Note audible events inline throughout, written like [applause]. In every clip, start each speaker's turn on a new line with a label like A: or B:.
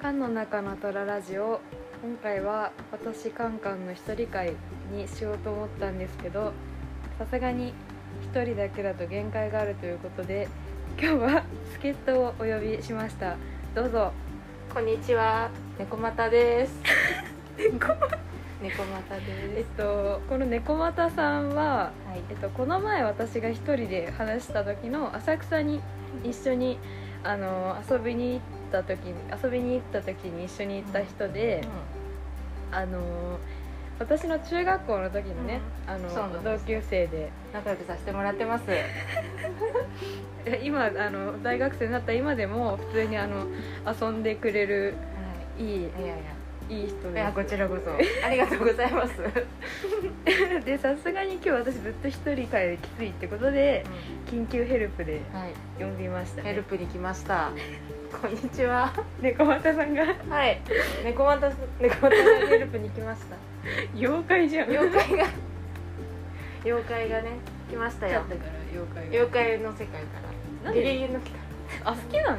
A: 缶の中の虎ラジオ」今回は私カンカンの一人会にしようと思ったんですけどさすがに一人だけだと限界があるということで今日は助っ人をお呼びしましたどうぞ
B: こんにちは、猫又です。 [laughs]
A: 猫
B: 猫又
A: えっ
B: です。
A: とこの猫又さんは、
B: はい
A: えっと、この前私が一人で話した時の浅草に一緒にあの遊びに行った時に遊びに行った時に一緒に行った人で、あの私の中学校の時のね、あ
B: そう
A: の
B: なんで
A: 同級生で
B: 仲良くさせてもらってます。
A: いや今あの大学生になった今でも普通にあの遊んでくれるいい
B: いやい
A: いい人
B: や、いやこ
A: で
B: ちらこそ。ありがとうございます。
A: すでさすがに今日私ずっと一人会できついってことで緊急ヘルプで
B: はい、
A: 呼びました、ね、
B: ヘルプに来ました。こんにちは。
A: 猫又さんが
B: はい、猫又、猫又 [laughs] ヘルプに来ました。
A: 妖怪じゃん
B: 妖怪が。妖怪がね、来ましたよ。
A: から妖怪
B: 妖怪の世界か
A: な
B: ら。
A: ん
B: ゲ
A: で
B: ゲゲの鬼太郎。
A: あ好きなの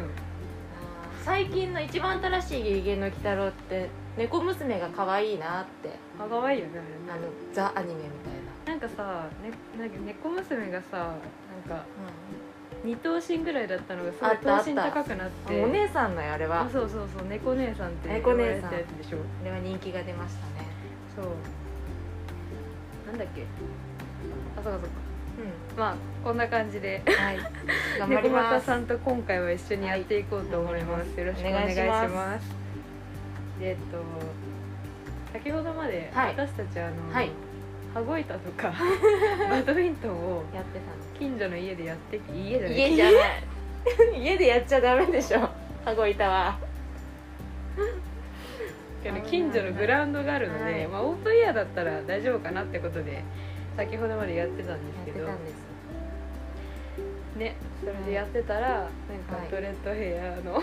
B: 最近の一番新しい「ゲゲゲの鬼太郎」って猫娘が可愛いなって
A: あ可愛いよね
B: あ
A: あれね
B: のザ・アニメみたいな、
A: なんかさ、ね、なんか猫娘がさなんか二頭身ぐらいだったのがすご
B: あ
A: い
B: ったあっ
A: 頭
B: た
A: 身高くなって
B: あお姉さんのやあれ
A: あ
B: は
A: そうそうそう猫姉さんって
B: 猫姉さん
A: 呼ばれたやつでしょ
B: あれは人気が出ましたね
A: そうなんだっけあそうかそうか
B: う
A: まあこんな感じで
B: んはい頑張
A: 猫
B: りま
A: 又
B: す
A: さんと今回は一緒にやっていこうと思います、
B: はい
A: よろしくお願いしま
B: お
A: す
B: 願いしま
A: でえっと先ほどまで
B: はい
A: 私たちあの、
B: はい
A: 羽子板と
B: [laughs]
A: かバドミントンを
B: やってた
A: 近所の家でやって家じゃ
B: の
A: ない
B: 家じゃない家 [laughs] でやっちゃダメでしょ羽子板は
A: けど近所のグラウンドがあるので、
B: はい
A: まあ、オープンエアだったら大丈夫かなってことで先ほどまでやってたんですけど
B: です
A: ねそれでやってたらなん
B: は
A: か
B: い
A: ドレッドヘアの、
B: 本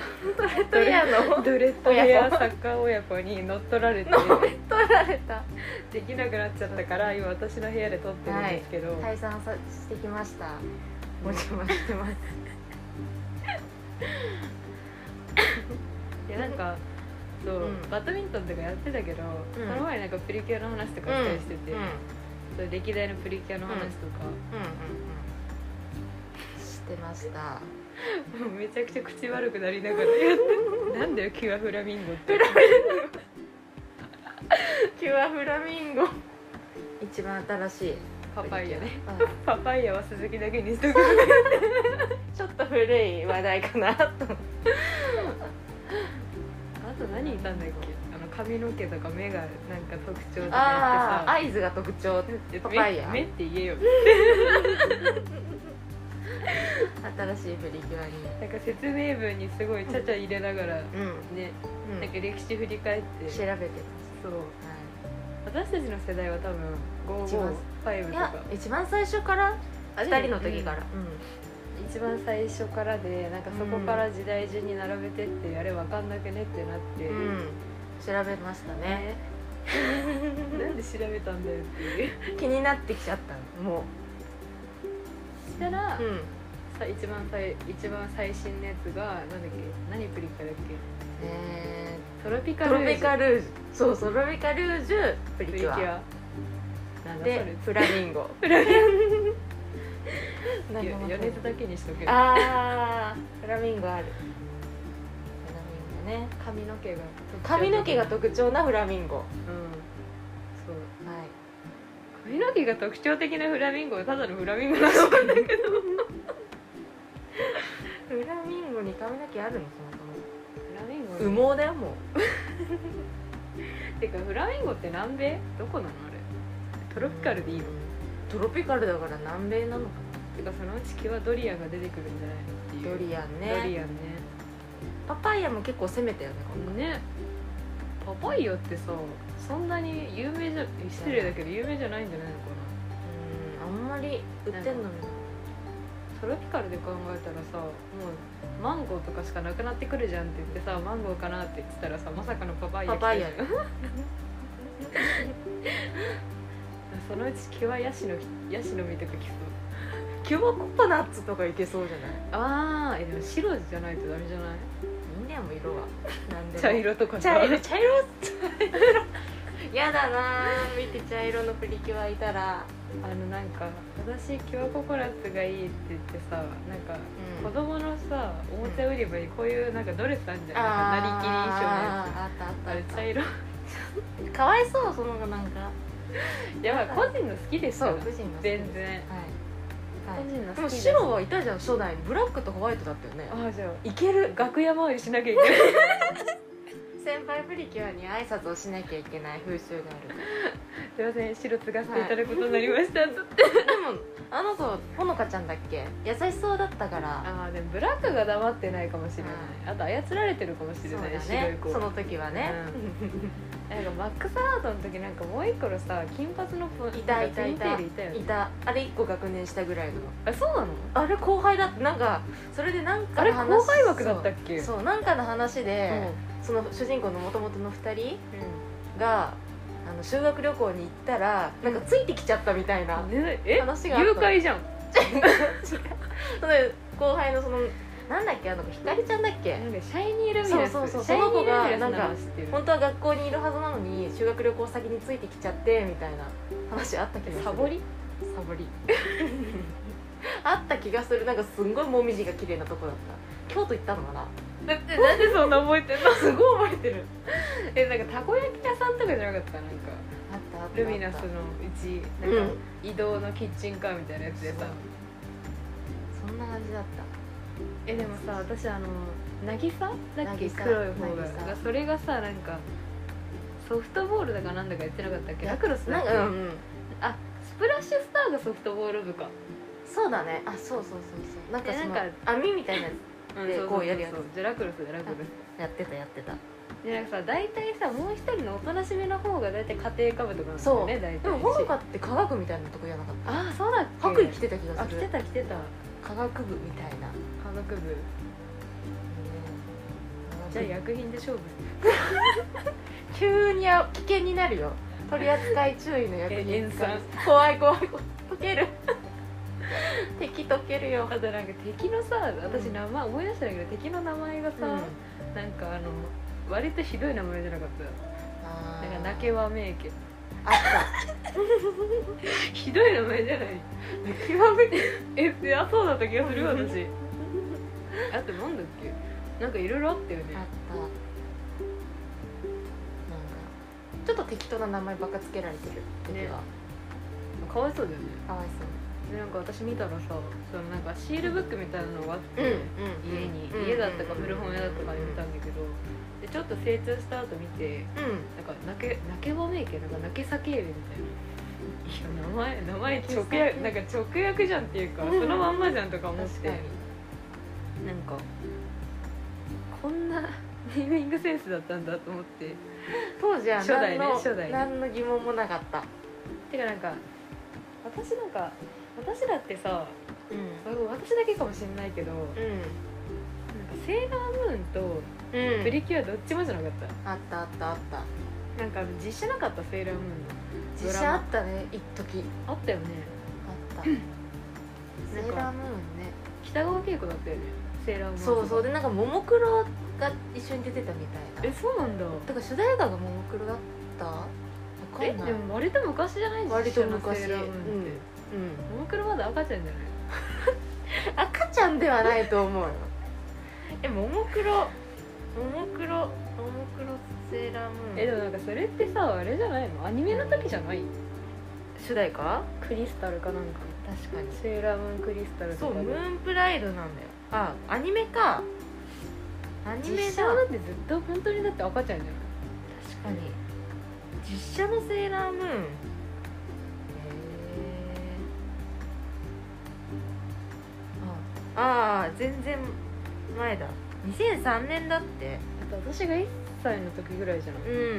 B: 当やの
A: [laughs] ドレッドヘア
B: 親子
A: サッカー親子に乗っ取られて
B: 取られた
A: できなくなっちゃったから今私の部屋で撮ってるんですけど、
B: [laughs] 退散さしてきましたお邪魔してます
A: でなんかそう、
B: うん
A: バドミントンとかやってたけど、
B: うん
A: その前になんかプリキュアの話とかしたりしてて、
B: うんうん
A: そう歴代のプリキュアの話とか、
B: うんうんうんしてました
A: もう [laughs] めちゃくちゃ口悪くなりながらやってなんだよキュアフラミンゴって
B: キュアフラミンゴ一番新しい
A: パパイヤね
B: うん
A: パパイヤは鈴木だけにしとく
B: ちょっと古い話題かなと
A: あと何いたんだっけあの髪の毛とか目がなんか特徴と
B: ああ
A: か
B: 合図が特徴
A: 言ってさ
B: パパイヤ
A: 目目って言えよ
B: 新しいプリキュアに
A: なんか説明文にすごいちゃちゃ入れながらね、
B: うん、
A: なんか歴史振り返って
B: 調べてます、
A: そう
B: は
A: 私たちの世代は多分
B: 一番
A: 555
B: い、い
A: とか
B: や一番最初から
A: あでも
B: 2人の時から、
A: 一番最初からでなんかそこから時代順に並べてって、あれわかんなくねってなって、
B: うん、うん調べましたね
A: ね [laughs] なんで調べたんだよって [laughs] いう
B: 気になってきちゃったのも
A: そしたら、
B: う、うん、
A: さ一番最一番最新のやつがなんだっけ何プリカだっけ
B: え
A: トロピ
B: ー、
A: カ
B: ト
A: ル
B: ロ
A: ージュ
B: ピカルージュそうトロピカルージュプリ
A: プリ
B: キ
A: キ
B: ュア
A: ュアなんだそれ
B: でフラミンゴ
A: [laughs] フラミ
B: なん
A: ン
B: か
A: ゴ
B: わかんない
A: 余熱だけにしとけ
B: あーフラミンゴあるフラミンゴね
A: 髪の毛が
B: 髪の毛が
A: と
B: 特徴なフラミンゴは
A: うんそう髪の毛が特徴的なフラミンゴはただのフラミンゴなのかない
B: フラミンゴに髪の毛あるのそ
A: フラミンゴ
B: もそも羽毛だよもう
A: てかフラミンゴって南米どこなのあれトロピカルでいいの
B: トロピカルだから南米なのか
A: てかそのうちキュアドリアンが出てくるんじゃないのっていう
B: なドリアン
A: ドリ
B: ね
A: アン
B: パパイヤも結構攻めたよね
A: ねねパパイヤってさそんなに有名じゃ失礼だけど有名じゃないんじゃないのかな
B: うんあんまり売ってんのも
A: トロピカルで考えたらさもうマンゴーとかしかなくなってくるじゃんって言ってさマンゴーかなって言ってたらさまさかのパパイヤ
B: パパイヤ
A: 来たじ
B: [laughs]
A: ゃんそのうちキュアヤシのヤシの実とか来そう
B: キュバココナッツとかいけそうじゃ
A: あ
B: ない
A: あでも白じゃないとダメじゃない
B: いいんだねもう色が何でも
A: 茶色とか
B: 茶色茶色茶色やだなぁ見て茶色のプリキュアいたら、
A: あのなんか私キュアココラスがいいって言ってさなんか
B: うん
A: 子供のさ表売り場にこういうなんかドレスあるじゃんな
B: あ
A: んかなりきり衣装のや
B: あったあっ
A: つ
B: た
A: あ
B: あ
A: れ
B: った
A: 茶色
B: かわいそうそのなんか
A: いやまあ個人の好きです
B: そ
A: か
B: う
A: ら
B: 婦人の好きです
A: 全然
B: はい、
A: 個
B: はい、
A: 人の
B: で
A: 好
B: も
A: きです
B: 白はいたじゃん初代ブラックとホワイトだったよね
A: ああじゃあいける楽屋回りしなきゃいけない [laughs]
B: 先輩プリキュアに挨拶をしなきゃいけない風習がある
A: すいません白継がせていただくことになりました、つって
B: でもあの子ほのかちゃんだっけ優しそうだったから
A: ああでもブラックが黙ってないかもしれない、あと操られてるかもし
B: そう
A: れ
B: だ
A: ない、白い
B: ね
A: 子
B: その時はね、
A: なんかマックスハートの時なんかもう一個のさ金髪の子
B: いたいた
A: ツイ
B: いた
A: ンテールいたよね
B: いたあれ1個学年下ぐらいの
A: あそうなの
B: あれ後輩だってなんかそれでなんか
A: あれ
B: の
A: 後輩枠だったっけ
B: そうそうなんかの話
A: う
B: で
A: ん、
B: その主人公の元々の2人があの修学旅行に行ったらなんかついてきちゃったみたいな、
A: ねえ
B: 話があった
A: 誘拐じゃん
B: その後輩のそのなんだっけあの子ひかりちゃんだっけ、
A: なんかシャイニールミナス
B: そうそうそう
A: シャイニー
B: その子が
A: ルミナスの
B: なんか
A: 話してる
B: 本当は学校にいるはずなのに修学旅行先についてきちゃってみたいな話あった気がする
A: サボり
B: サボり [laughs] あった気がするなんかすんごいもみじが綺麗なとこだった京都行ったのかな
A: だってなんでそんな覚えてんの
B: すごい覚えてる
A: えなんかたこ焼き屋さんとかじゃなかったなんか
B: あったあった
A: ルミナスのうちなんか
B: う
A: 移動のキッチンカーみたいなやつでさ、
B: そんな感じだった
A: えでもさ私あの渚だっけ
B: 渚
A: 黒い方が
B: 渚
A: がそれがさなんかソフトボールだかなんだか言ってなかったっけラクロスだ
B: な
A: っ
B: ん
A: け
B: かうんうん
A: あスプラッシュスターがソフトボール部か、
B: そうだねあそうそうそうそうなんかその
A: でなん
B: 網みたいなや
A: うん
B: で
A: そう
B: こうやるやつ
A: そうそうじゃあラクロスだラクロス
B: つやってたやってた
A: でなんかさ大体さもう一人のおとなしめの方が大体家庭科部とかなんだ
B: そ
A: よ
B: う
A: ね大体
B: でもほのかって科学みたいなとこじゃなかった
A: ああそうだっけ
B: 白衣着てた気
A: あ
B: がす
A: 着
B: る
A: てた着てた
B: 科学部みたいな、
A: 科学部じゃあ薬品で勝負
B: 急に危険になるよ取扱い注意の役に
A: え塩酸
B: 怖い怖い怖い溶ける敵溶けるよ
A: あとなんか敵のさ私
B: うん
A: 名前思い出したんだけど敵の名前がさ、
B: うん
A: なんかあの割とひどい名前じゃなかった
B: あ
A: なんか
B: ー
A: 泣けわめいけ [laughs]
B: あった
A: ひどい名前じゃない泣けわめいけえいやそうだった気がする私 [laughs] あとなんだっけなんかいろいろあったよね
B: あったなんかちょっと適当な名前ばっかつけられてる
A: ね
B: 敵が、
A: かわいそうだよね
B: かわいそう
A: でなんか私見たらさそのなんかシールブックみたいなのがあって、
B: うん
A: 家に、家だったか古本屋だったかで見たんだけど、でちょっと成長した後見て
B: うん
A: なんか泣け泣けばめいけなんか泣け叫べみたいないや名前名前直訳なんか直訳じゃんっていうかそのまんまじゃんとか思っ
B: 確
A: て
B: かに
A: なんかこんなネーミングセンスだったんだと思って
B: 当時は
A: 初代ね
B: 何の,、
A: 初代ね
B: 何の疑問もなかった、
A: てかなんか私なんか私だってさ
B: うん
A: 私だけかもしんないけどなんかセーラームーンと
B: うん
A: プリキュアどっちもじゃなかった、
B: あったあったあった
A: なんかあの実写なかったセーラームーンの
B: 実
A: ドラ
B: 写
A: マ
B: あったね一時
A: あったよね
B: あった
A: な
B: セ
A: んか
B: ーラームーンね
A: 北川景子だったよねセーラームーンとか
B: そうそうでなんかももクロが一緒に出てたみた
A: え
B: いな
A: そうなんだ
B: だから主題歌がももクロだったわか
A: え
B: んない
A: でも割と昔じゃない
B: 割
A: 実
B: と昔
A: 写のセーラームーンって、
B: うん
A: ももクロまだ赤ちゃんじゃない
B: 赤ちゃんではないと思うよえももクロ [laughs] ももクロももクロセーラームーン
A: えでもなんかそれってさあれじゃないのアニメの時じゃない
B: 主題歌
A: クリスタルかなんか
B: 確かに
A: セーラームーンクリスタル
B: そ
A: と
B: う
A: か
B: ムーンプライドなんだよあアニメかアニメ
A: 実写
B: だ
A: だってずっと本当にだって赤ちゃんじゃない
B: 確かに実写のセーラームーンへーああー全然前だ2003年だって
A: だって私が1歳の時ぐらいじゃない
B: うん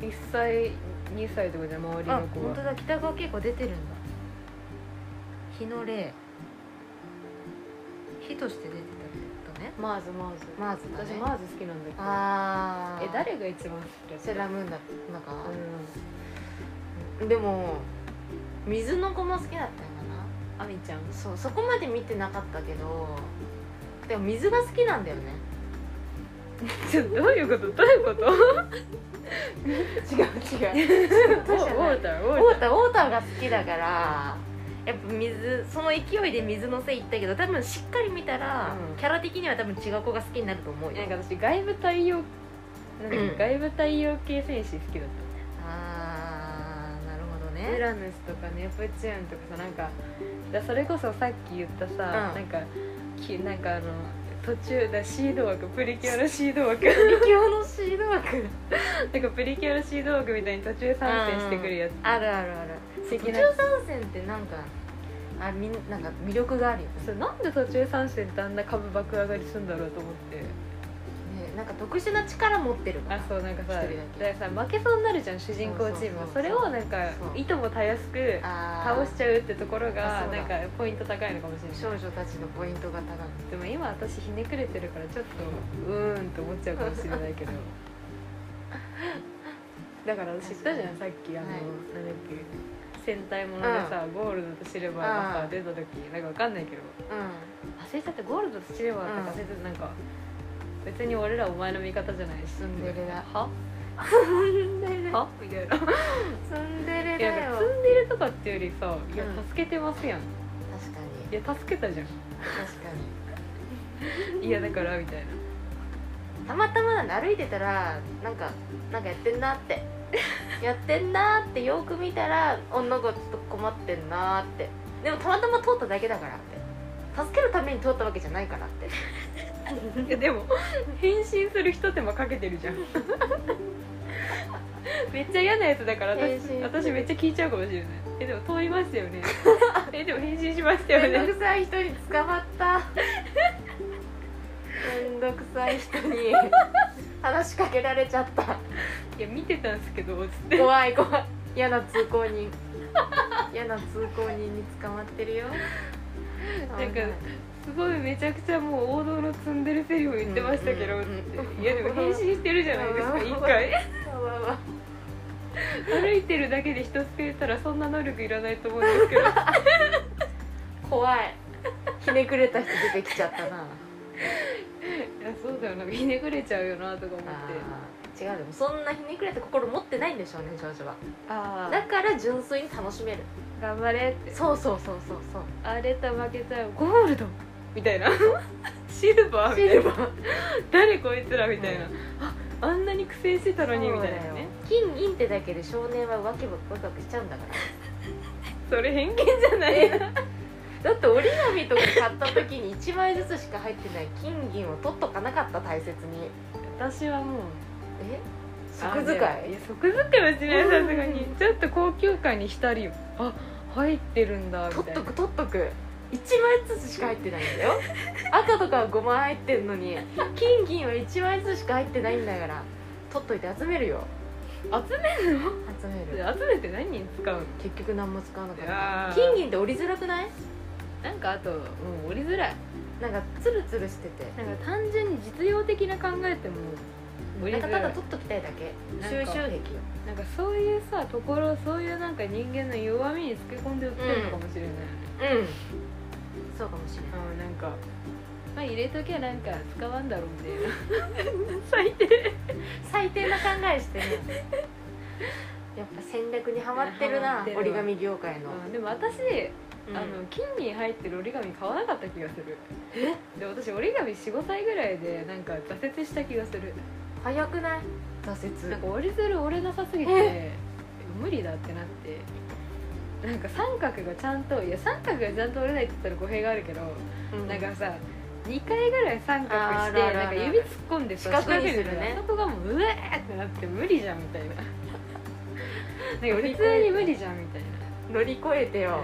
A: 1歳2歳とかじゃ周り
B: あ
A: の子
B: 本当
A: が
B: だ北川景子出てるんだ日の霊火として出てたってことね
A: マーズマーズ
B: マーズだ
A: 私
B: ね
A: マーズ好きなんだけど
B: ああ
A: え誰が一番好きだった
B: セーラームーンだったのか、
A: うん
B: でも水の子も好きだったのか
A: あみちゃん
B: なそうそこまで見てなかったけどでも水が好きなんだよね
A: ちょ [laughs] っとどういうことどういうこと [laughs]
B: 違う違う
A: ウォーターウォーター
B: [laughs] ウォーターウォーターが好きだからやっぱ水その勢いで水のせい行ったけど多分しっかり見たら、
A: うん
B: キャラ的には多分違う子が好きになると思うよ
A: なんか私外部太陽なんだっけ
B: うん
A: 外部太陽系戦士好きだっ
B: あーなるほど
A: たウ
B: [laughs] ね
A: ラヌスとかネプチューンとかさなんかだそれこそさっき言ったさ、
B: うん
A: なんかきなんかあの途中だシード枠プリキュアのシード枠
B: プリキュアのシード枠
A: [laughs] なんかプリキュアのシード枠みたいに途中参戦してくるやつ
B: あるあるある
A: 素
B: 途
A: 敵
B: 中
A: な
B: 参戦ってなんかあみんなんか魅力があるよね
A: そうなんで途中参戦ってあんな株爆上がりするんだろうと思って
B: ねなんか特殊な力持ってるか
A: あ
B: ら
A: そうなんかさ
B: 一人だけ
A: だからさ負けそうになるじゃん主人公チームは
B: そ
A: そう
B: そうそうそう
A: れをなんか
B: そう
A: いともたやすく
B: あ
A: 倒
B: ー
A: しちゃうってところ
B: あ
A: が
B: そうだ
A: なんかポイント高いのかもしれない
B: 少女たちのポイントが高く
A: でも今私ひねくれてるからちょっとうーんと思っちゃうかもしれない [laughs] けどだから知ったじゃんさっきあの、
B: はい
A: なんだっけ戦隊ものでさ、ゴールドとシルバーが
B: う
A: さ
B: ん
A: 出た時なんかわかんないけど
B: うん
A: 忘れちゃってゴールドとシルバーとか忘れてなんか別に俺らお前の味方じゃないし
B: ツンデレだ
A: は
B: ツンデレ
A: はみたいな
B: ツンデレ
A: いや
B: だ
A: なんか
B: よ
A: ツンデレとかっていうよりさ「いや
B: うん
A: 助けてますやん」
B: 確かに
A: いや助けた [laughs] じゃ
B: 確かに
A: ん」いやだから」みたいな
B: たまたまなんで歩いてたらなんかなんかやってんなってやってんなってよく見たら女の子ちょっと困ってんなってでもたまたま通っただけだからって助けるために通ったわけじゃないからって
A: いやでも変身するひと手間かけてる [laughs] じゃんめっちゃ嫌なやつだから
B: 変身
A: 私私めっちゃ聞いちゃうかもしれないえでも通りましたよ [laughs] ねえでも変身しましたよ
B: めんど
A: ね
B: くさい人に捕まっためんどくさい人に話しかけられちゃった
A: いや見てたんすけどつって
B: 怖い怖い嫌な通行人嫌な通行人に捕まってるよ
A: なんかすごいめちゃくちゃもう王道のツンデレセリフ言ってましたけど
B: う
A: つ
B: ん
A: っ
B: うんうん
A: ていやでも変身してるじゃないですか
B: うん
A: 一回
B: わわわ
A: 歩いてるだけで人救えたらそんな能力いら [laughs] ないと思うんですけど
B: 怖いひねくれた人出てきちゃったな
A: いやそうだよなんかひねくれちゃうよなとか思って
B: あー違うでもそんなひねくれた心持ってないんでしょうね少女は
A: あ
B: だから純粋に楽しめる
A: 頑張れって
B: そうそうそうそうそう
A: あれた負けたよゴールドみたいな [laughs] シルバーみ
B: シ
A: たい
B: ル
A: な
B: バー
A: 誰こいつらみたいな、
B: う
A: ああんなに苦戦してたのにみたいなね
B: 金銀ってだけで少年はワクワクワクワクしちゃうんだか
A: [laughs] それ偏見じゃ
B: ら
A: ない
B: えだって折り紙とか買った時に1枚ずつしか入ってない金銀を取っとかなかった大切に
A: 私はもう
B: え即使
A: あでも
B: い
A: や即使いはしないさすがに
B: うん
A: ちょっと高級感に浸りよあ入ってるんだみ
B: 取
A: た
B: っ
A: いな
B: とく取っとく1枚ずつしか入ってないんだよ
A: [laughs]
B: 赤とかは5枚入ってんのに金銀は1枚ずつしか入ってないんだから取っといて集めるよ
A: 集め
B: 集める
A: る集めて何に使うの
B: 結局何も使わなか
A: い
B: っ
A: や
B: た
A: ー
B: 金銀って折りづらくない
A: なんかあとうん折りづらい
B: なんかツルツルしてて
A: なんか単純に実用的な考えても折り
B: な
A: づ
B: ん
A: ら
B: か
A: い
B: ただ取っときたいだけ
A: なん
B: 収
A: か
B: 集癖よ
A: なんかそういうさところそういうなんか人間の弱みにつけ込んで売ってるのかもしれない、
B: うんそうかもしれない
A: うん、なんかまあ入れときゃなんか使わんだろうみたいな最低
B: 最低な考えしてる
A: [laughs]
B: やっぱ戦略にはまってる
A: ハマ
B: な
A: ってるわ
B: 折り紙業界の、
A: うんでも私、
B: うん
A: あの金に入ってる折り紙買わなかった気がするえで私折り紙45歳ぐらいでなんか挫折した気がする
B: 早くない挫折
A: なんか折り鶴折れなさすぎて無理だってなってなんか三角がちゃんといや三角がちゃんと折れないって言ったら語弊があるけど、
B: うん
A: なんかさ2回ぐらい三角
B: あーあ
A: し
B: るあ
A: て
B: るある
A: なんか指突っ込んでさ
B: 四角にする
A: 四
B: ね
A: 角にあそこがもううえーってなって無理じゃんみたい
B: [laughs]
A: ななんか普
B: 乗り越え
A: 通
B: て
A: に無理じゃんみたいな
B: 乗り越えてよ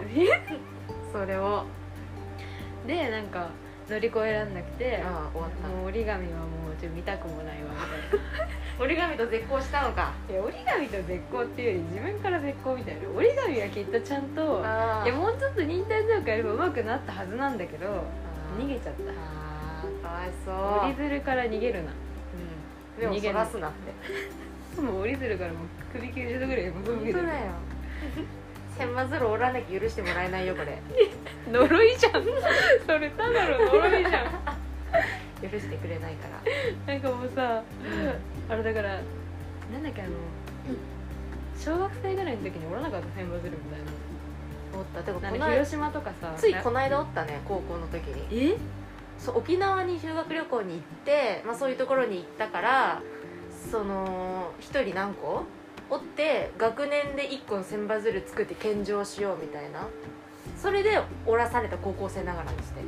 B: それを
A: でなんか乗り越えらんなくて
B: ああ終わっ
A: もう折り紙はもうちょっと見たくもないわみ
B: た折り紙と絶交したのか
A: たいないや折り紙と絶好っていうより自分から絶好みたいな折り紙はきっとちゃんと
B: あ
A: いやもうちょっと忍耐強くやれば上手くなったはずなんだけど逃げちゃっ
B: あーかわい
A: た
B: そ
A: 折り鶴から逃げるな
B: う、うん、でも
A: 逃げ
B: そ
A: ない
B: らすなって
A: もう折り鶴からもう首90度ぐらい向こう向
B: 本
A: け
B: 当
A: て
B: だよ千羽鶴折らなきゃ許してもらえないよこれ
A: 呪いじゃんそれただの呪いじゃん
B: いや許してくれない
A: [laughs]
B: から
A: なんかもうさあれだからなんだっけあの、小学生ぐらいの時におらなかった千羽鶴みたいな
B: 思ったでも
A: な
B: こ
A: ん
B: の
A: か
B: 間
A: 広島とかさ
B: ついこの間おったね高校の時に
A: え
B: そう沖縄に修学旅行に行って、まあ、そういうところに行ったからその1人何個おって学年で1個の千羽鶴作って献上しようみたいなそれでおらされた高校生ながらにして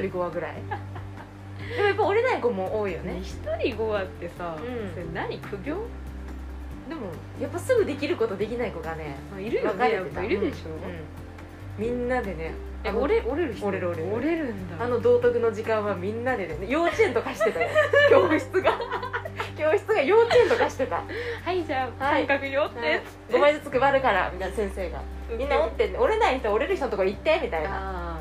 B: 1人5話ぐらいでもやっぱ折れない子も多いよね
A: ね一人5話ってさ、
B: うん
A: それ何苦行
B: でもやっぱすぐできることできない子がね
A: いるよ
B: 分か
A: ね
B: れ
A: やって
B: た
A: ぱいるでしょ、
B: うんみんなでね
A: え
B: あの
A: 折れ折れる人
B: 折れる折れる
A: 折れるんだ
B: あの道徳の時間はみんなでね幼稚園とかし
A: [laughs]
B: てたよ教室が教室が幼稚園とかしてた
A: はいじゃあ、
B: はい
A: 三角よって、
B: 5枚ずつ配るからみたいな先生がみんな折って折れない人折れる人のところ行ってみたいな
A: あ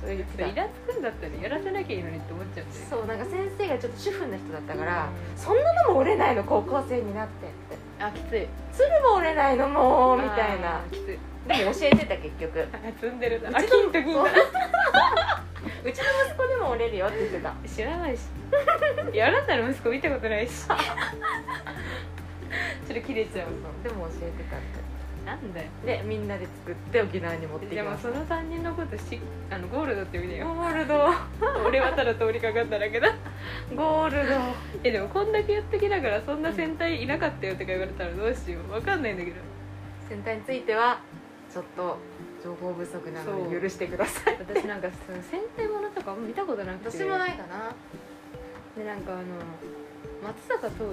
B: そう言っ
A: あ
B: て
A: イ
B: た
A: ラつくんだったらやらせなきゃいいのにって思っちゃうね
B: そうなんか先生がちょっと主婦の人だったから、
A: う
B: そんなのも折れないの高校生になってって
A: あきつい
B: 鶴も折れないのもうみたいな
A: あーきつい
B: でも教えてた結局
A: あ積んでるなあ
B: う
A: 金
B: ち
A: と
B: の
A: 銀
B: そう
A: だ
B: [laughs] うちの息子でも折れるよって言ってた
A: 知らないしいやあなたの息子見たことない [laughs] しちょっと切れちゃう
B: でも教えてたって
A: なんだよ
B: でみんなで作って沖縄に持ってき
A: でも
B: ま
A: う
B: す
A: その担任のことしあのゴールドって言うねよ
B: ゴールド
A: 俺はただ通りかかっただけ [laughs] だ
B: ゴールド
A: えでもこんだけ言ってきながらそんな戦隊いなかったよとか言われたらどうしようわかんないんだけど
B: 先端についてはちょっと情報不足なの
A: そ
B: で
A: う
B: 許してください
A: 私なんかその戦隊ものとかあんま見たことなくて
B: 私もないかな
A: でなんかあの松坂桃李
B: う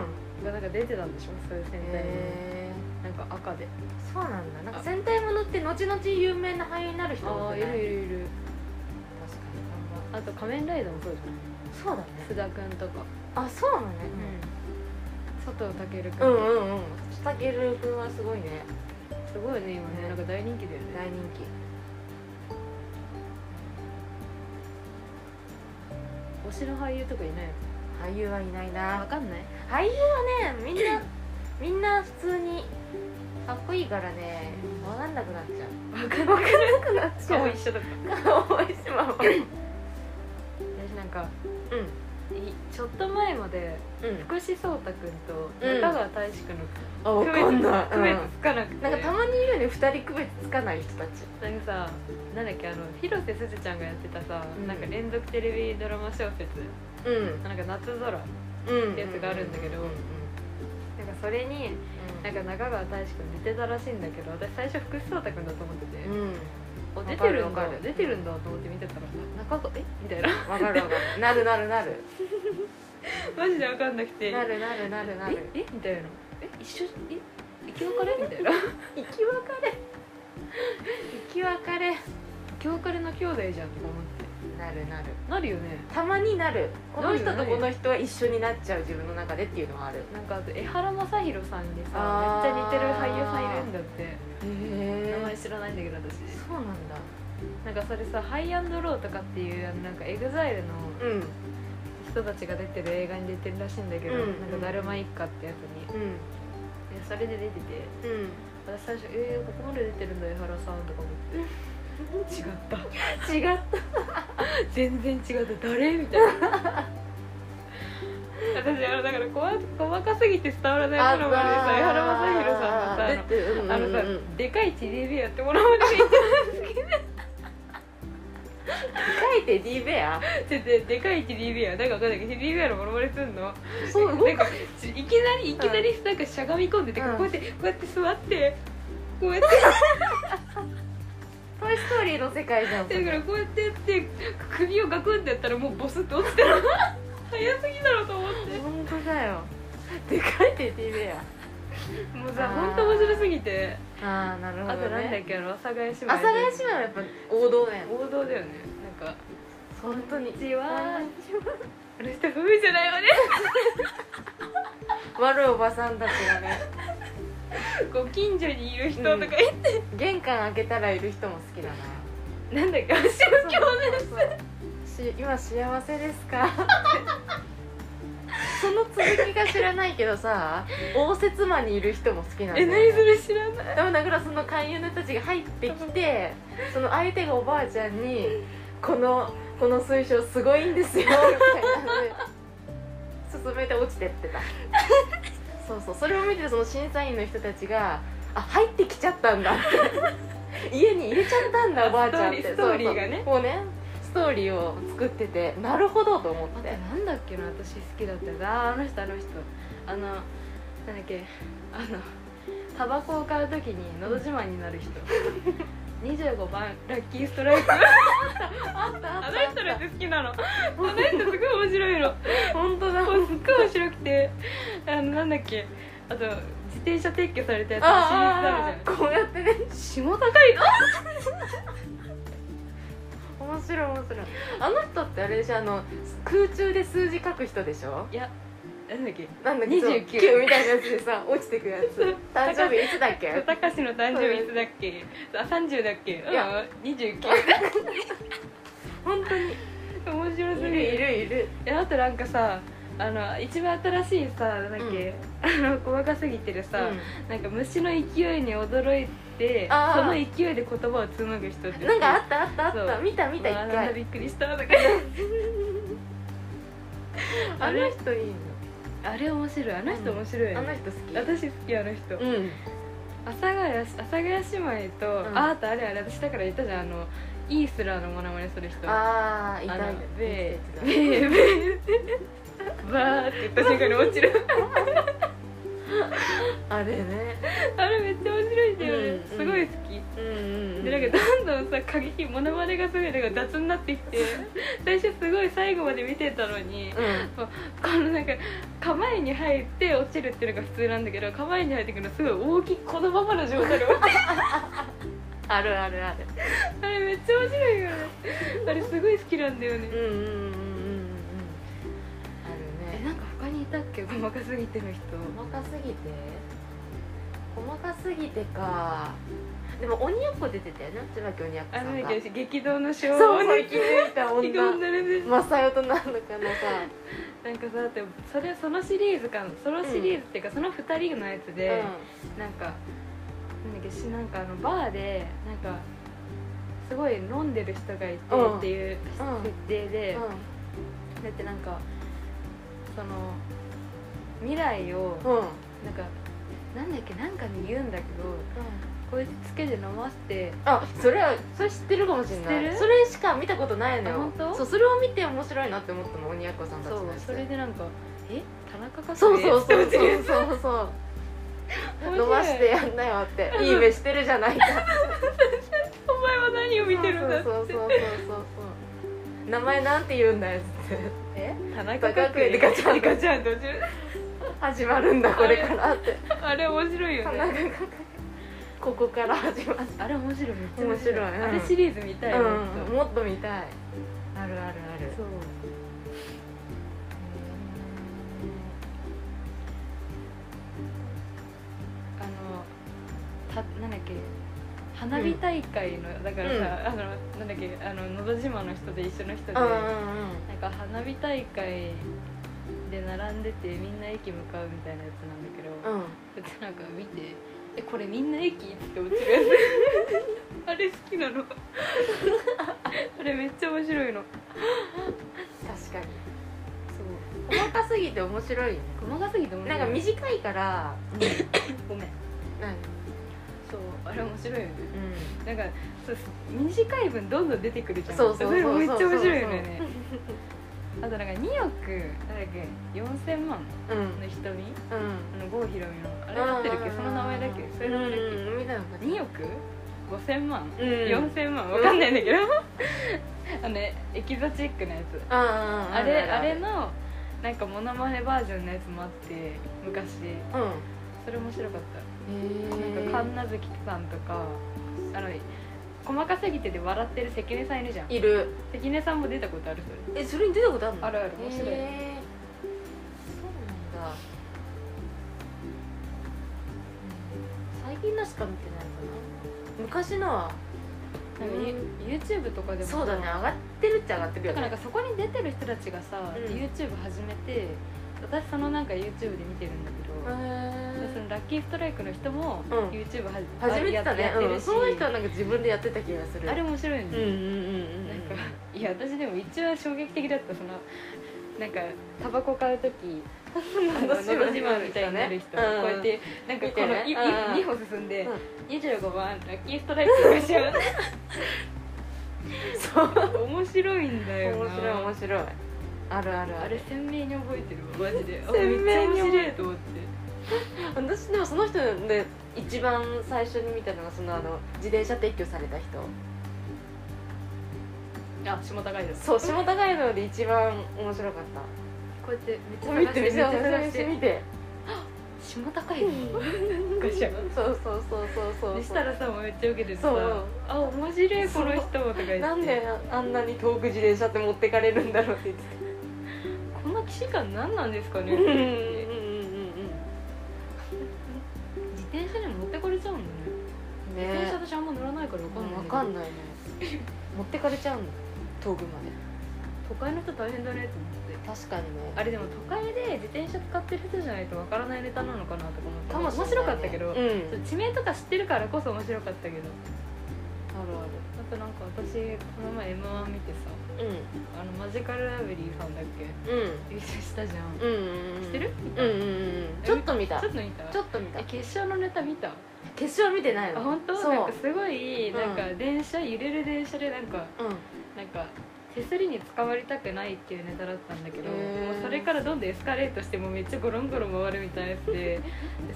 B: ん
A: 君がなんか出てたんでしょそういう戦隊も
B: へ
A: のなんか赤で
B: ーそうなんだなんか戦隊ものって後々有名な俳優になる人
A: あ
B: 多
A: あ
B: く
A: い
B: ない
A: るいるいる
B: 確か
A: あと仮面ライダーもそうじゃない
B: にそうだね
A: 須田君とか
B: あそうなのね
A: 佐藤健君
B: うんうんうんたける君はすごいね
A: すごいね今ねなんか大人気だよね
B: 大人気
A: 推しの俳優とかいない
B: 俳優はいない
A: の
B: な
A: わかんない
B: 俳優はねみんなみんな普通にかっこいいからね分かんなくなっちゃう
A: わかんない
B: 分かんなくなっちゃう
A: 緒だった
B: 顔一緒ままう
A: 私なんか
B: ん
A: いちょっと前まで
B: うん
A: 福士蒼太君と
B: うん
A: 中川大志君の
B: あわかんない、
A: 区別つかなくて
B: なんかたまにいるよね2人区別つかない人たち
A: なんかさなんだっけあの広瀬すずちゃんがやってたさ
B: うん
A: なんか連続テレビドラマ小説
B: うん
A: なんか夏空なんか
B: うん
A: ってやつがあるんだけど
B: うんうん
A: それに
B: な
A: なんんか
B: か
A: 中川大志君出てたらしいんだけど私最初福士蒼太君だと思ってて
B: うん
A: あ
B: わ
A: 出
B: か
A: て
B: る
A: るんだ
B: わかる
A: 出てるんだと思って見てたら中川えみたいな [laughs]
B: わかるわかるなるなるなる
A: マジで分かんなくて
B: なるなるなるなる
A: ええみたいなえ一緒え生 [laughs] き別れみたいな
B: 生き別れ生き別れ
A: 生き別れの兄弟じゃんとか思って
B: なるなる
A: なるよね
B: たまになるこの人
A: な
B: と
A: るよね
B: この人は一緒になっちゃう自分の中でっていうのはあるへ
A: なんかあと江原正宏さんにさ
B: あ
A: めっ
B: ー
A: ちゃ似てる俳優さんいるんだって名前
B: え
A: 知らないんだけど私
B: そうなんだ
A: なんかそれさハイアンドローとかっていうあのなんかエグザイルの
B: うん
A: 人たちが出てる映画に出てるらしいんだけど、
B: うんうん
A: なんか「だるま一家」ってやつに
B: うん
A: でそれで出てて
B: うん
A: 私最初「えー、ここまで出てるんだ江原さん」とか思って違った
B: 違った
A: 全然違った誰みたいな私あのだから怖細かすぎて伝わらないものまでさ江原正宏さんのさあの
B: だってうん
A: あのさ、
B: うん
A: でかい TDB やってもらうまで見
B: 書いて D ベア
A: ててでかい TDB はなんかわかんないけど TDB のモノマネすんの
B: そう動
A: なんかちいきなりいきなりなんかしゃがみ込んでて、
B: うん
A: こうやってこうやって座ってこうやって
B: トイ・ストーリーの世界じゃん
A: だからこうやってやって首をガクンってやったらもうボスって落ちてる早すぎだろと思って
B: 本当だよでかいて t v や
A: もうさ
B: あー
A: 本当面白すぎて
B: ああなるほ
A: あ
B: ど
A: となんだっ
B: ね
A: けあの阿佐ヶ谷姉妹
B: 阿佐ヶ谷姉妹はやっぱ王道だよね
A: 王道だよねなんか
B: 本当に
A: こんにちはあの人夫婦じゃないわね
B: 悪いおばさんたちがね
A: ご近所にいる人とか言って、
B: 玄関開けたらいる人も好きだな
A: [laughs] なんだっけあの宗教の
B: そうそうそうし今幸せですか [laughs] その続きが知らないけどさ応接間にいる人も好きなんだ
A: え
B: よね
A: 何それ知らない
B: でもだからその勧誘の人たちが入ってきてその相手がおばあちゃんに「このこの水晶すごいんですよみたいなので進めて落ちてってたそうそうそれを見てその審査員の人たちがあ入ってきちゃったんだって家に入れちゃったんだおばあちゃんって
A: ストーリーストーリーがね
B: そうそうもうねストーリーを作っててなるほどと思っ
A: あと
B: て
A: なんだっけな私好きだったやつあーあの人あの人あのなんだっけあのタバコを買う時に「のど自慢」になる [laughs] 人25番ラッキーストライク
B: あったあった
A: て好きなのあの人すごい面白いの
B: 本当だ
A: すっごい面白くてあのなんだっけあと自転車撤去されたやつのシリーズあ
B: あ
A: る
B: あこうやってね
A: じゃん下高い
B: 面白い面白いあの人ってあれでしょあの空中で数字書く人でしょ
A: なんだっけ
B: なんだっけ
A: 29
B: そうみたいなやつでさ落ちてくやつ
A: そ
B: [laughs]
A: う
B: 誕生日いつだっけ
A: たかしの誕生日いつだっけあ30だっけ
B: いや
A: うん29
B: [laughs] 本当に
A: 面白すぎ
B: いるいるいる
A: えあとなんかさあの一番新しいさなんだっけ、あの細かすぎてるさ、なんか虫の勢いに驚いて
B: あー
A: その勢いで言葉を紡ぐ人って
B: うんなんかあったあったあった
A: そう
B: 見た見た一
A: うわなんだ
B: 回
A: びっくりしたとか
B: [laughs] あ
A: あ
B: の
A: れ
B: 人いい
A: あれ面白いあの人面白い、
B: のあの人好
A: 私好きあの人、
B: きうん
A: 阿佐ヶ谷阿佐ヶ谷姉妹と、
B: うん
A: ああとあれあれ私だから言ったじゃんあのイースラーのモノマネする人
B: ああい
A: あ
B: た
A: の
B: いた
A: ベ
B: い
A: ー
B: た
A: ベ
B: い
A: ーベーって [laughs] バーって言った瞬間に落ちる
B: たあれね
A: [laughs] あれめっちゃ面白いんだよね、
B: うんうん
A: すごい好き
B: うんうんうん
A: でなんかどんどんさ過激モノマネがすごいなんか雑になってき [laughs] て最初すごい最後まで見てたのに
B: うん
A: このなんか構えに入って落ちるっていうのが普通なんだけど構えに入ってくるのすごい大きいこのままの状態で [laughs]
B: あるあるある
A: あれめっちゃ面白いよねあれすごい好きなんだよね
B: うんうんうんうんうんある
A: え
B: ね
A: なんか他にいたっけ細かすぎての人
B: 細かすぎて細かすぎてかでも鬼奴出てたよね椿鬼奴
A: あ
B: さ
A: の
B: ん
A: な
B: が
A: んか私激動の少
B: そう
A: 年
B: 生き抜いた
A: 激動
B: 女
A: の女です
B: マサヨとなんのかなさ
A: なんかさだってそれそのシリーズかそのシリーズっていうか、その2人のやつで、なんかなんだっけしなんかあのバーでなんかすごい飲んでる人がいて
B: うん
A: っていう
B: うん
A: 設定で、
B: う
A: だってなんかその未来を
B: んうんうん
A: なんかなんだっけなんかに言うんだけどこいつつけて飲ませて
B: あそれはそれ知ってるかもしれな
A: 知って
B: い
A: る
B: それしか見たことないのよ
A: あ本当
B: そうそれを見て面白いなって思ったの鬼奴さんたち
A: そう
B: のやつ
A: それでなんかえ田中角栄
B: そうそうそうそう
A: って落ちるやつ
B: そうそう
A: 面白い
B: 飲ましてやんなよって
A: うん
B: いい目してるじゃないか
A: お前は何を見てるんだって
B: そうそうそうそうそうそう名前なんて言うんだよっつって
A: え田
B: 田
A: 中
B: 中
A: 角
B: 角
A: 栄
B: 栄
A: で
B: でガ
A: ガ
B: チ
A: チ
B: ャン
A: ャンガチャンって落ちる
B: 始まるんだこれからって
A: あれ面白いよ
B: 田
A: ね
B: 中角栄ここから始まる
A: あれ面白いめっちゃ
B: 面白いうん
A: あれシリーズ見たいな、
B: うん、もっと見たいあるあるある
A: そうあのたなんだっけ花火大会の、だからさ、あのなんだっけあの「のど自慢」の人で一緒の人で、
B: うんうん
A: なんか花火大会で並んでてみんな駅向かうみたいなやつなんだけど、
B: うんうん
A: だってなんか見て「えこれみんな駅?」って落
B: [laughs]
A: ちるやつあれ好きなの [laughs] あれめっちゃ面白いの
B: 確かに
A: そう
B: 細かすぎて面白いね
A: 細かすぎて面
B: な
A: 白
B: ん
A: い
B: か短いから
A: ごめん
B: なんか
A: そうあれ面白いよね
B: う
A: なんかそう短い分どんどん出てくるじゃん
B: そうそうそうそう
A: れもめっちゃ面白いよ
B: [laughs]
A: ねあとなんか2億なんだっけ4000万
B: んうん
A: の瞳
B: うん
A: あの郷ひろみのあれ合ってるっけその名前だっけそれ
B: う
A: の名前だっ
B: んうん見たのか
A: け2億5000万
B: うん
A: 4000万わかんないんだけど [laughs] あのねエキゾチックなやつ
B: あ
A: あれあれ
B: の
A: のなんかモノマネバージョンのやつもあって昔
B: うん
A: それ面白かったなん
B: へ
A: か神奈月さんとかあの細かすぎてで笑ってる関根さんいるじゃん
B: えいる
A: 関根さんも出たことあるそ
B: えそれに出たことあるの
A: あるある面白い
B: へーそうなんだうん最近のしか見てないかな昔のは
A: れ、
B: うん
A: ユ YouTube とかでもさ
B: そうだね上がってるっちゃ上がってる
A: だ
B: よ
A: から
B: ね
A: なんかそこに出てる人たちがさ、
B: うん
A: YouTube 始めて私そのなんか YouTube で見てるんだけど、でそのラッキーストライクの人も
B: うん
A: YouTube はじ、
B: 初めてだ
A: や
B: ね
A: やって
B: う
A: る
B: ん
A: し、
B: その人はなんか自分でやってた気がする
A: あれ面白いね、
B: うんうんうんうん
A: なんかいや私でも一番衝撃的だったそのなんかタバコ
B: [laughs]
A: 買う時あののど自慢みたいになる人、こうやってなんかこの
B: 見てねうん
A: 2歩進んで、
B: うん
A: 25番ラッキーストライクがしちゃう
B: そう面 [laughs]
A: 面白いんだよな
B: 白い面白いあるある
A: あれ鮮明に覚えてるわマジであ
B: 鮮
A: めっちゃ
B: 明
A: 面
B: に覚
A: 白
B: え
A: いと思って
B: 私でもその人で一番最初に見たのがそのあの自転車撤去された人
A: あ下高いです
B: そう下高井ので一番面白かっ
A: こうやって
B: た
A: めっちゃ探してめっちゃ探
B: 探
A: し
B: して
A: て
B: みて
A: 下高いのガシャン
B: そうそうそうそうそう
A: で設楽さんもめっちゃウケてさ
B: そう
A: 「あ面白いこの人」とか言って
B: なんであんなに遠く自転車って持ってかれるんだろうって言って
A: この騎士感何なんですかね
B: うんうんうんうん
A: 自転車でも持ってかれちゃうんだね
B: うん
A: 自転車
B: ね
A: 私あんま乗らないから分かんない
B: わかん
A: ない
B: ないね持ってかれちゃうんだ遠くまで
A: 都会の人大変だねと思って
B: 確かにね
A: あれでも都会で自転車使ってる人じゃないとわからないネタなのかなとか思って
B: かもしれ
A: 面白
B: ない
A: かったけど、
B: うんあ
A: ち
B: る
A: ょっと地名とか知ってるからこそ面白かったけど
B: あ
A: あとなんか私この前 m 1見てさ
B: る
A: あのマジカルラブリーさんだっけ
B: うんうん
A: 優勝したじゃん、
B: うんうんうん
A: 知ってる見
B: う
A: た、
B: んうんうんちょっと見た
A: ちょっと見た
B: ちょっと見た
A: え決勝のネタ見た
B: 決勝見てない
A: あ
B: の
A: 本当
B: そう
A: なんかすごい
B: うん
A: なんか電車、揺れる電車でなんか
B: うん
A: なんか手すりに捕まりたくないっていうネタだったんだけど、
B: へー
A: もうそれからどんどんエスカレートしてもうめっちゃゴロンゴロン回るみたいな [laughs] やつでで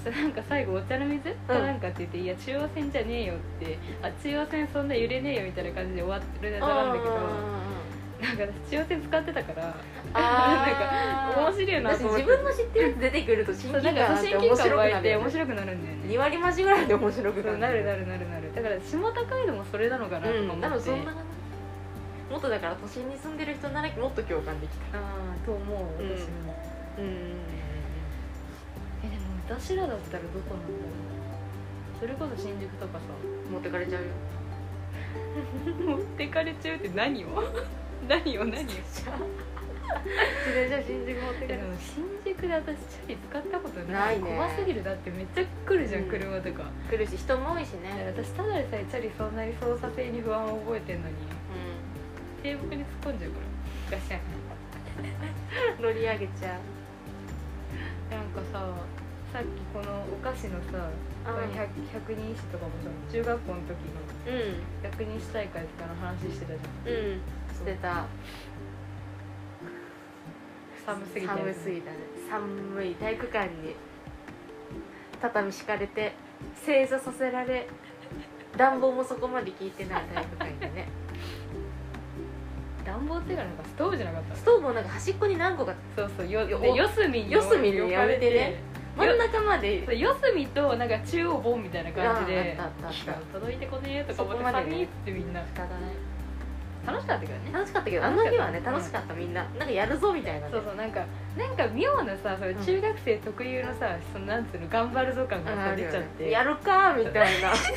A: それなんか最後お茶の水かなんかって言って「いや中央線じゃねえよ」って「あ中央線そんな揺れねえよ」みたいな感じで終わるネタなんだけどなんか私中央線使ってたから
B: あー
A: 面白いな
B: 私
A: と思って
B: 自分の知ってるやつ出てくると親
A: そう
B: 近
A: だ
B: 感
A: から
B: があ
A: 不
B: っ
A: 信
B: て
A: 金
B: 面
A: 感
B: 白く
A: 湧い
B: なる
A: て
B: よ
A: 面
B: ね
A: 白くなるんだよね
B: 2割増しぐらいで面白く
A: そう
B: な
A: な
B: る
A: るなるなるなるだから下高井戸もそれなのかなとか
B: う
A: 思
B: ん
A: っ
B: 多分
A: て、
B: そんな感じもっとだから都心に住んでる人ならもっと共感できた
A: ああと思う
B: うん
A: 私も、
B: うん
A: えでも私らだったらどこなんだろうそれこそ新宿とかさ
B: 持ってかれちゃうよ
A: 持ってかれちゃうって何 [laughs] を何を何を
B: 自転車新宿持って
A: でも新宿で私チャリ使ったことな
B: ないいね
A: 怖すぎるだってめっちゃ来るじゃん、
B: うん
A: 車とか
B: くるし人も多いし
A: だから
B: ね
A: 私ただでさえチャリそんなに操作性に不安を覚えてんのに低木に突っ込んじゃうからガシャン
B: うん乗り上げちゃう
A: なんかささっきこのお菓子のさ
B: あー
A: 百百人一首とかもさ中学校の時の
B: う
A: 百人一首大会とかの話してたじゃん
B: んうんしてた
A: 寒すぎて
B: 寒すぎたね寒い体育館に畳敷かれて正座させられ暖房もそこまで効いてない体育館にね
A: [laughs] 暖房っていうかなんかストーブじゃなかった
B: ストーブをなんか端っこに何個か
A: そうそうよ
B: よ
A: で四隅に
B: 四隅にやめてね真ん中ま
A: 置
B: で
A: かれてそう四隅となんか中央ボンみたいな感じで
B: ああったあったあった
A: いや届いてこねえとか思って
B: そこまでね
A: 寒いっつってみんな
B: 仕方ない
A: 楽しかったけどね
B: 楽しかったけどあの日はね楽しかったみんななんかやるぞみたいなね
A: そうそうなんかなんか妙なさそれ
B: うん
A: 中学生特有のさ、そのなんつうの頑張るぞ感が
B: あ
A: さ
B: る
A: 出
B: よ
A: ちゃっ
B: ね
A: て
B: やるかみた
A: [laughs]
B: いな
A: やる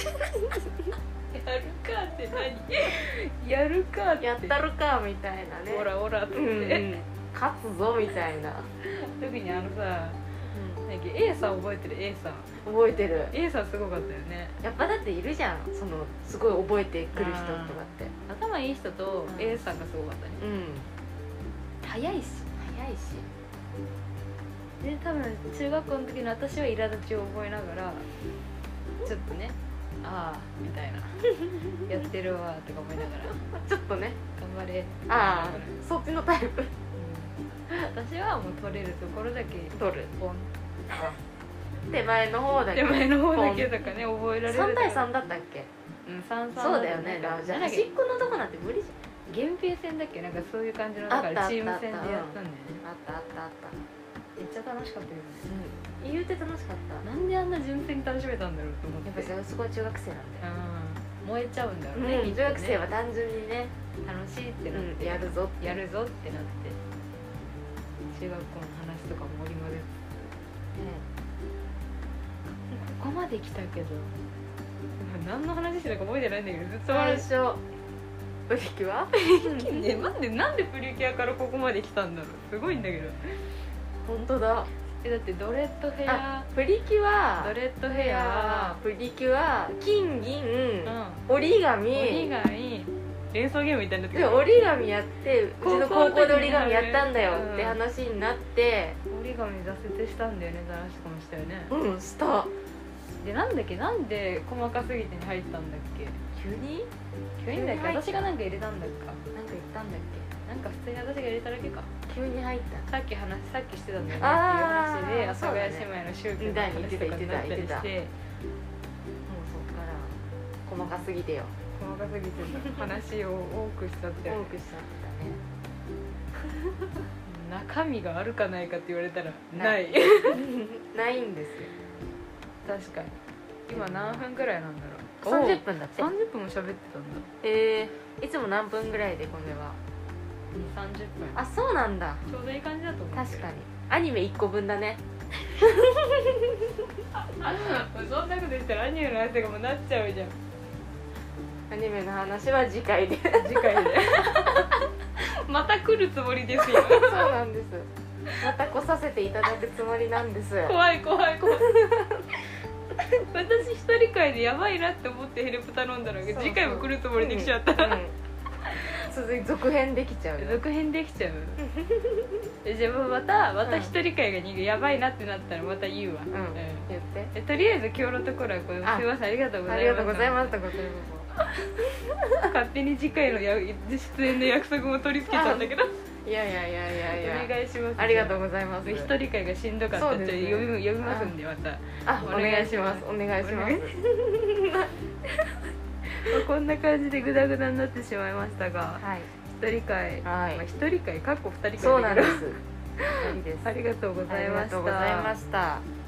A: かって何やるかって
B: やったるかみたいなね
A: オラオラっつっ
B: う
A: て、
B: んうん勝つぞみたいな、
A: 特にあのさなんか A さん覚えてる A さん
B: 覚えてる
A: A さんすごかったよね
B: やっぱだっているじゃんそのすごい覚えてくる人とかって
A: 頭いい人と
B: うん
A: A さんがすごかったね
B: うん
A: 早いし
B: 早いし
A: で多分中学校の時の私は苛立ちを覚えながらちょっとねああみた
B: [laughs]
A: いなやってるわとか思いながら
B: ちょっとね
A: 頑張れ
B: ああそっちのタイプ
A: うん私はもう取れるところだけ
B: 取る
A: ポン
B: 手前の方だけ
A: 手前の方だけとかね覚えられる
B: 3対
A: 3
B: 3だったっけ
A: うん三三
B: そうだよねじゃあ
A: なんだっ
B: 端っ
A: け
B: このとこなんて無理じ
A: 源平戦だっけなんかそういう感じのだから
B: あった
A: チーム
B: あった
A: 戦でやったんだよね
B: ゃんあったあったあった
A: めっちゃ楽しかったよね
B: うん言うて楽しかった
A: なんであんな純粋に楽しめたんだろうと思って
B: やっぱそれそこは中学生なんだよ
A: うん燃えちゃうんだろうね、
B: う
A: きっ
B: ん
A: と
B: 中
A: ね
B: 学生は単純にね
A: 楽しいってなって、
B: うんやるぞって
A: やるぞってなって中学校の話とかも織り交ぜてここまで来たけど今何の話してたか覚えてないんだけどずっと
B: 最
A: 笑
B: 初ブリキは
A: う、ね、なんでなんでプリキュアからここまで来たんだろうすごいんだけど
B: [laughs] 本当だ
A: えだってドレッドヘア
B: プリキュア
A: ドレッド
B: い
A: ヘア
B: やープリキュア金銀、
A: うん
B: 折り紙
A: 折り紙連想ゲームみたいになって
B: で
A: 折
B: 折り紙やってうちの高校で折り紙やったんだよ
A: うん
B: って話になって
A: り紙挫折したんだよねって話とかもしたよね
B: うんした
A: でなんだっけなんで細かすぎてに入ったんだっけ
B: 急に
A: 急にだっけ
B: 急に入った
A: 私がなんか入れたんだっけか
B: なんか言ったんだっ
A: なんか普通に私が入れただけか
B: け急に入った
A: さっき話さっきしてたんだよねっていう
B: あー
A: 話で阿佐ヶ谷
B: そうだね
A: 姉妹の宗教の話とかになったり
B: 言ってた言って
A: したて
B: もうそっから細かすぎてよ
A: 細かすぎて話を多くしちゃって
B: 多くしちゃっ
A: 中身があるかないかって言われたらな
B: ないたねないんですよ
A: [laughs] 確かに今何分ぐらいなんだろう
B: 30分だって
A: お30分も喋ってたんだ
B: えー、いつも何分ぐらいでこれは
A: 30分
B: あそうなんだ
A: ちょうどいい感じだと思う
B: 確かにアニメ1個分だね
A: にそんなこと言ったらアニメの話とかもなっちゃ
B: [laughs]
A: うじゃん
B: アニメの話は次回で
A: 次
B: [laughs]
A: 回でまた来るつもりですよ
B: そうなんです [laughs] また来させていただくつもりなんです
A: 怖い怖い怖い私一人会でやばいなって思ってヘルプ頼んだの
B: そう
A: が
B: そう
A: 次回も来るつもりできちゃった、
B: うんうん続い続編できちゃうよ
A: 続編でき
B: [laughs]
A: ちゃうえじゃあもうまたまた一人会がにやばいなってなったらまた言うわ、
B: うん
A: うん
B: 言って
A: えとりあえず今日のところはこれ
B: あ
A: すいませんありがとうござ
B: あ
A: います
B: りがとうございますとか言ってる
A: 勝手に次回のや出演の約束も取り付けたんだけど
B: いやいやいやいや
A: お
B: いや
A: 願いします
B: ありがとう
A: う
B: ございます
A: 一人会がしんどかったら、
B: そうですね
A: じゃあ呼び呼びますんで [laughs] また
B: あ
A: お
B: お
A: 願
B: 願
A: い
B: い
A: し
B: し
A: ま
B: ますすお願いします
A: お願こんな感じでグダグダになってしまいましたが
B: はい
A: 一人会、
B: はい
A: まあ、一人会かっこ二人会だけど
B: そうなんです。二人です
A: [laughs] ありがとうございました
B: ありがとうございました。